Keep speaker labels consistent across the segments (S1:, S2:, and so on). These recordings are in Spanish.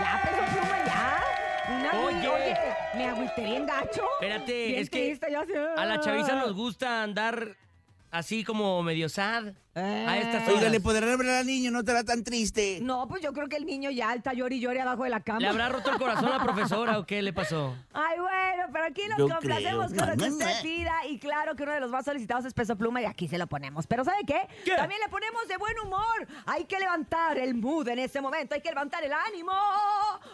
S1: Ya, peso pluma, ya. Una
S2: Oye.
S1: oye. me agüité bien gacho.
S2: Espérate,
S1: Bien
S2: es que
S1: triste, ya sé.
S2: A la chaviza nos gusta andar así como medio sad. A estas
S1: Eh.
S2: horas.
S3: Oiga, ¿le podrán hablar al niño? No estará tan triste.
S1: No, pues yo creo que el niño ya está llori y llore abajo de la cama.
S2: ¿Le habrá roto el corazón a la profesora o qué le pasó?
S1: Ay, bueno, pero aquí nos
S3: Yo
S1: complacemos
S3: creo. eh.
S1: con lo que
S3: Mamá.
S1: usted pida. Y claro que uno de los más solicitados es Peso Pluma y aquí se lo ponemos. Pero ¿sabe qué?
S2: ¿Qué?
S1: También le ponemos de buen humor. Hay que levantar el mood en este momento. Hay que levantar el ánimo.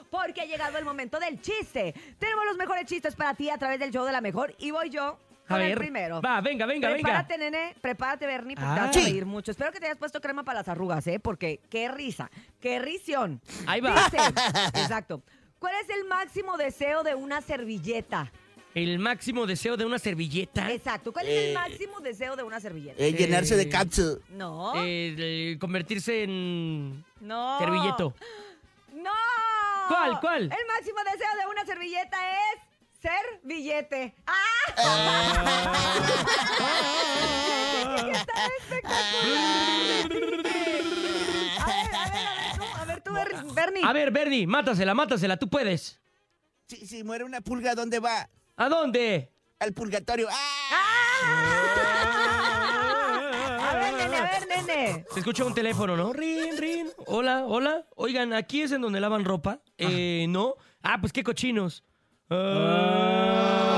S1: Porque ha llegado el momento del chiste. Tenemos los mejores chistes para ti a través del show de la mejor. Y voy yo con el primero.
S2: Va, venga, venga, Ah. venga.
S1: prepárate, nene. Prepárate, Bernie, porque te vas a
S2: Ay.
S1: reír mucho. Espero que te hayas puesto crema para las arrugas, ¿eh? Porque qué risa. Qué risión.
S2: Ahí va.
S1: Dice, exacto. ¿Cuál es el máximo deseo de una servilleta?
S2: El máximo deseo de una servilleta.
S1: Exacto. ¿Cuál es el
S3: Eh.
S1: máximo deseo de una servilleta?
S3: Eh, llenarse
S2: Eh.
S3: de capsule.
S1: No.
S2: Eh, el convertirse en
S1: no.
S2: servilleto.
S1: No.
S2: ¿Cuál, cuál?
S1: El máximo deseo de una servilleta es ser billete. ¡Ah! Está espectacular. A ver, a ver, a ver, tú, a ver, tú, Ber- Bernie.
S2: A ver, Bernie, mátasela, mátasela, tú puedes.
S3: Si, si muere una pulga, ¿dónde va?
S2: ¿A dónde?
S3: Al purgatorio. ¡Ah!
S1: ¡Ah! A ver, nene, a ver, nene.
S2: Se escucha un teléfono, ¿no? Rin, rin. Hola, hola. Oigan, aquí es en donde lavan ropa. Eh, no. Ah, pues qué cochinos. Ah.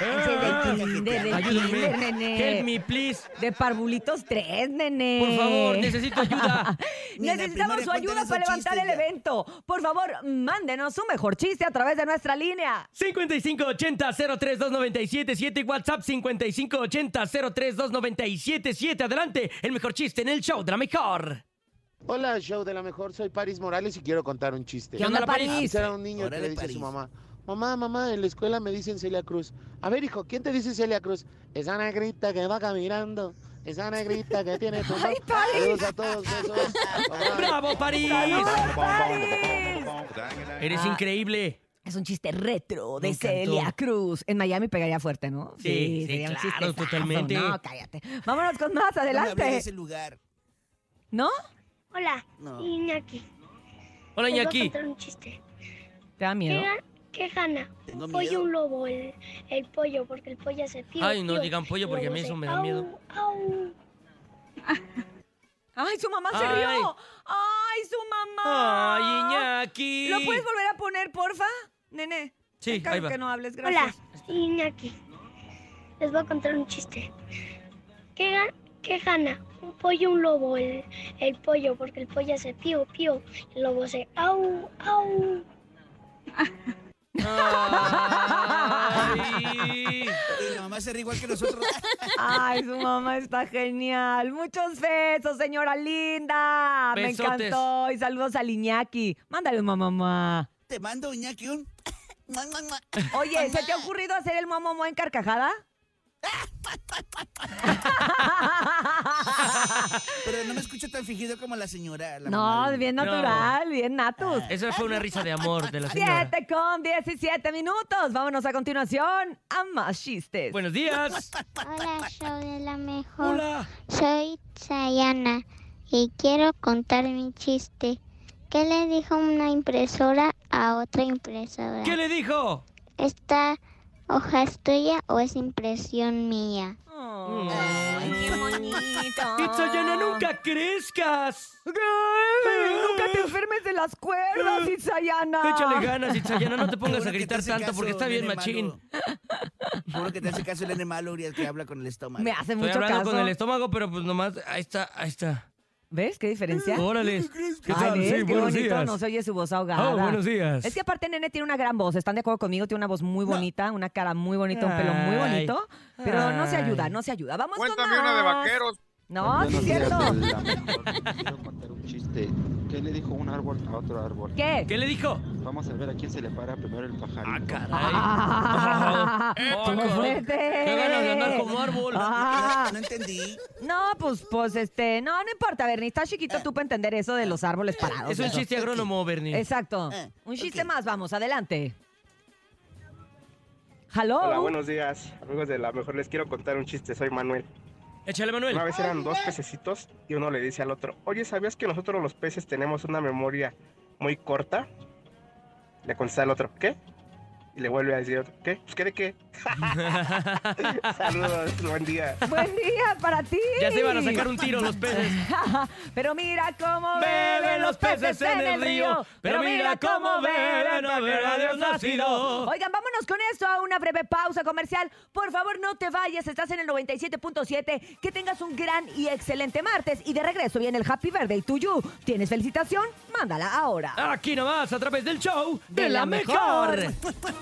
S1: No manches, del kinder, del
S2: Ayúdenme.
S1: kinder, nene.
S2: Help me, please.
S1: De parvulitos 3, nene.
S2: Por favor, necesito ayuda.
S3: Ni en la
S1: Necesitamos
S3: primaria
S1: su ayuda
S3: cuentan
S1: para
S3: esos
S1: levantar el
S3: chistes ya.
S1: evento. Por favor, mándenos su mejor chiste a través de nuestra línea.
S2: 5580-032977 WhatsApp 5580-032977. Adelante, el mejor chiste en el show de la mejor.
S4: Hola, show de la mejor. Soy Paris Morales y quiero contar un chiste.
S2: ¿Qué onda, París?
S4: Era un niño que
S3: Órale,
S4: le dice a su
S3: París.
S4: mamá: Mamá, mamá, en la escuela me dicen Celia Cruz. A ver, hijo, ¿quién te dice Celia Cruz? Esa negrita que va caminando. Esa negrita que tiene tu
S1: ¡Ay, París!
S4: Saludos a todos besos.
S2: ¡Bravo, París!
S1: ¡Saludos, París!
S2: Eres
S1: Ah.
S2: increíble.
S1: Es un chiste retro
S2: Me
S1: de
S2: encantó.
S1: Celia Cruz. En Miami pegaría fuerte, ¿no?
S2: Sí, sí, claro,
S1: chistezazo.
S2: totalmente.
S1: No, cállate. Vámonos con más,
S3: No me hables de
S1: adelante.
S3: ese lugar.
S1: ¿No?
S5: Hola,
S3: No.
S5: Iñaki.
S2: Hola,
S5: Les voy a
S2: Iñaki.
S5: contar un chiste.
S1: ¿Te da
S5: ¿Qué,
S1: miedo?
S5: ga- qué gana?
S3: Tengo
S5: ¿Un pollo o
S3: miedo.
S5: un lobo? El, el pollo, porque el pollo hace pío.
S2: Ay, no
S5: pío,
S2: digan pollo
S5: y
S2: porque a
S5: luego
S2: mí
S5: hace
S2: eso me da miedo.
S5: au, au.
S1: ¡Ay, su mamá se
S2: Ay.
S1: rió! ¡Ay, su mamá!
S2: ¡Ay, Iñaki!
S1: Ah, ¿Lo puedes volver a poner, porfa? Nene.
S2: Sí,
S1: te encargo
S2: ahí va.
S1: que no hables,
S5: Hola,
S1: gracias.
S5: Iñaki. Les voy a contar un chiste. ¿Qué, ga- qué gana? ¿Un pollo o un lobo? El, el pollo, porque el pollo hace pío, pío. El lobo hace au, au.
S2: Ay.
S3: Y la mamá se ríe igual que nosotros.
S1: Ay, su mamá está genial. Muchos besos, señora linda.
S2: Besotes.
S1: Me encantó. Y saludos al Iñaki. Mándale un mamá.
S3: Te mando, Iñaki, un... mua, mua, mua.
S1: Oye, ¿se te ha ocurrido hacer el mamá en carcajada?
S3: Pero no me escucho tan fingido como la señora. la
S1: No,
S3: mamá de-
S1: bien
S2: No. Ah,
S1: natural, bien natus.
S2: Esa fue una risa de amor de la señora.
S1: Siete con 17 minutos. Vámonos a continuación a más chistes.
S2: Buenos días.
S6: Hola, show de la mejor.
S2: Hola.
S6: Soy Sayana y quiero contar mi chiste. ¿Qué le dijo una impresora a otra impresora?
S2: ¿Qué le dijo?
S6: ¿Esta hoja es tuya o es impresión mía?
S1: Ay, qué bonito. Ah.
S2: Itzayana, nunca crezcas.
S1: Ay, Nunca te enfermes de las cuerdas, Isayana.
S2: Eh, Échale ganas, Itzayana, no te pongas
S3: Seguro
S2: a
S3: que te
S2: gritar
S3: hace
S2: tanto
S3: caso
S2: porque está
S3: el
S2: bien
S3: nene
S2: machín.
S3: malo. Seguro que te hace caso el nene malo, Urias, que habla con el estómago.
S1: Me hace
S2: Estoy
S1: mucho
S2: hablando
S1: caso.
S2: con el estómago, pero pues nomás, ahí está, ahí está.
S1: ¿Ves qué diferencia?
S2: Órale. Oh, ¿Qué
S1: Ay,
S2: tal?
S1: ¿ves?
S2: Sí,
S1: qué
S2: buenos
S1: bonito,
S2: días.
S1: no se oye su voz ahogada.
S2: Oh, buenos días.
S1: Es que aparte Nene tiene una gran voz, ¿están de acuerdo conmigo? Tiene una voz muy bonita, una cara muy bonita, un pelo muy
S2: Ay.
S1: bonito, pero no se
S2: Ay.
S1: ayuda, no se ayuda. Vamos con
S7: Cuéntame
S1: más.
S7: una de vaqueros.
S1: Pues No, sí es
S8: Buenos
S1: cierto.
S8: días, la mejor. Quiero contar un chiste. ¿Qué le dijo un árbol a otro árbol?
S1: ¿Qué?
S2: ¿Qué le dijo?
S8: Vamos a ver a quién se le para primero el
S2: Ah,
S8: pajarito.
S1: Ah,
S2: caray. Oh,
S1: estuvo
S2: caray.
S1: fuerte.
S2: Qué ganas de andar como árbol.
S1: eh. Ah.
S3: No entendí.
S1: No, pues, pues, este, no, no importa, Bernie, estás chiquito tú para entender eso de los árboles parados.
S2: Eh. Es un
S1: pero-
S2: chiste agrónomo, Bernie.
S1: Exacto.
S3: Eh,
S1: Un chiste
S3: ok.
S1: más, vamos, adelante. Hello.
S9: Hola, buenos días, amigos de la mejor. Les quiero contar un chiste. Soy Manuel.
S2: Échale,
S9: Una
S2: Manuel.
S9: vez eran dos pececitos y uno le dice al otro: Oye, ¿sabías que nosotros los peces tenemos una memoria muy corta, le contesta al otro, ¿qué? Y le vuelve a decir otro, ¿qué? Pues, ¿qué de qué? Saludos, buen día.
S1: Buen día para ti.
S2: Ya se iban a sacar un tiro los peces.
S1: Pero mira cómo beben los peces en el río. Pero mira cómo beben a ver a Dios nacido. Oigan, vámonos con esto a una breve pausa comercial. Por favor, no te vayas. Estás en el 97.7. Que tengas un gran y excelente martes. Y de regreso viene el Happy Verde y tuyo. ¿Tienes felicitación? Mándala ahora.
S2: Aquí nomás, a través del show de,
S1: De
S2: la
S1: la
S2: mejor.
S1: mejor.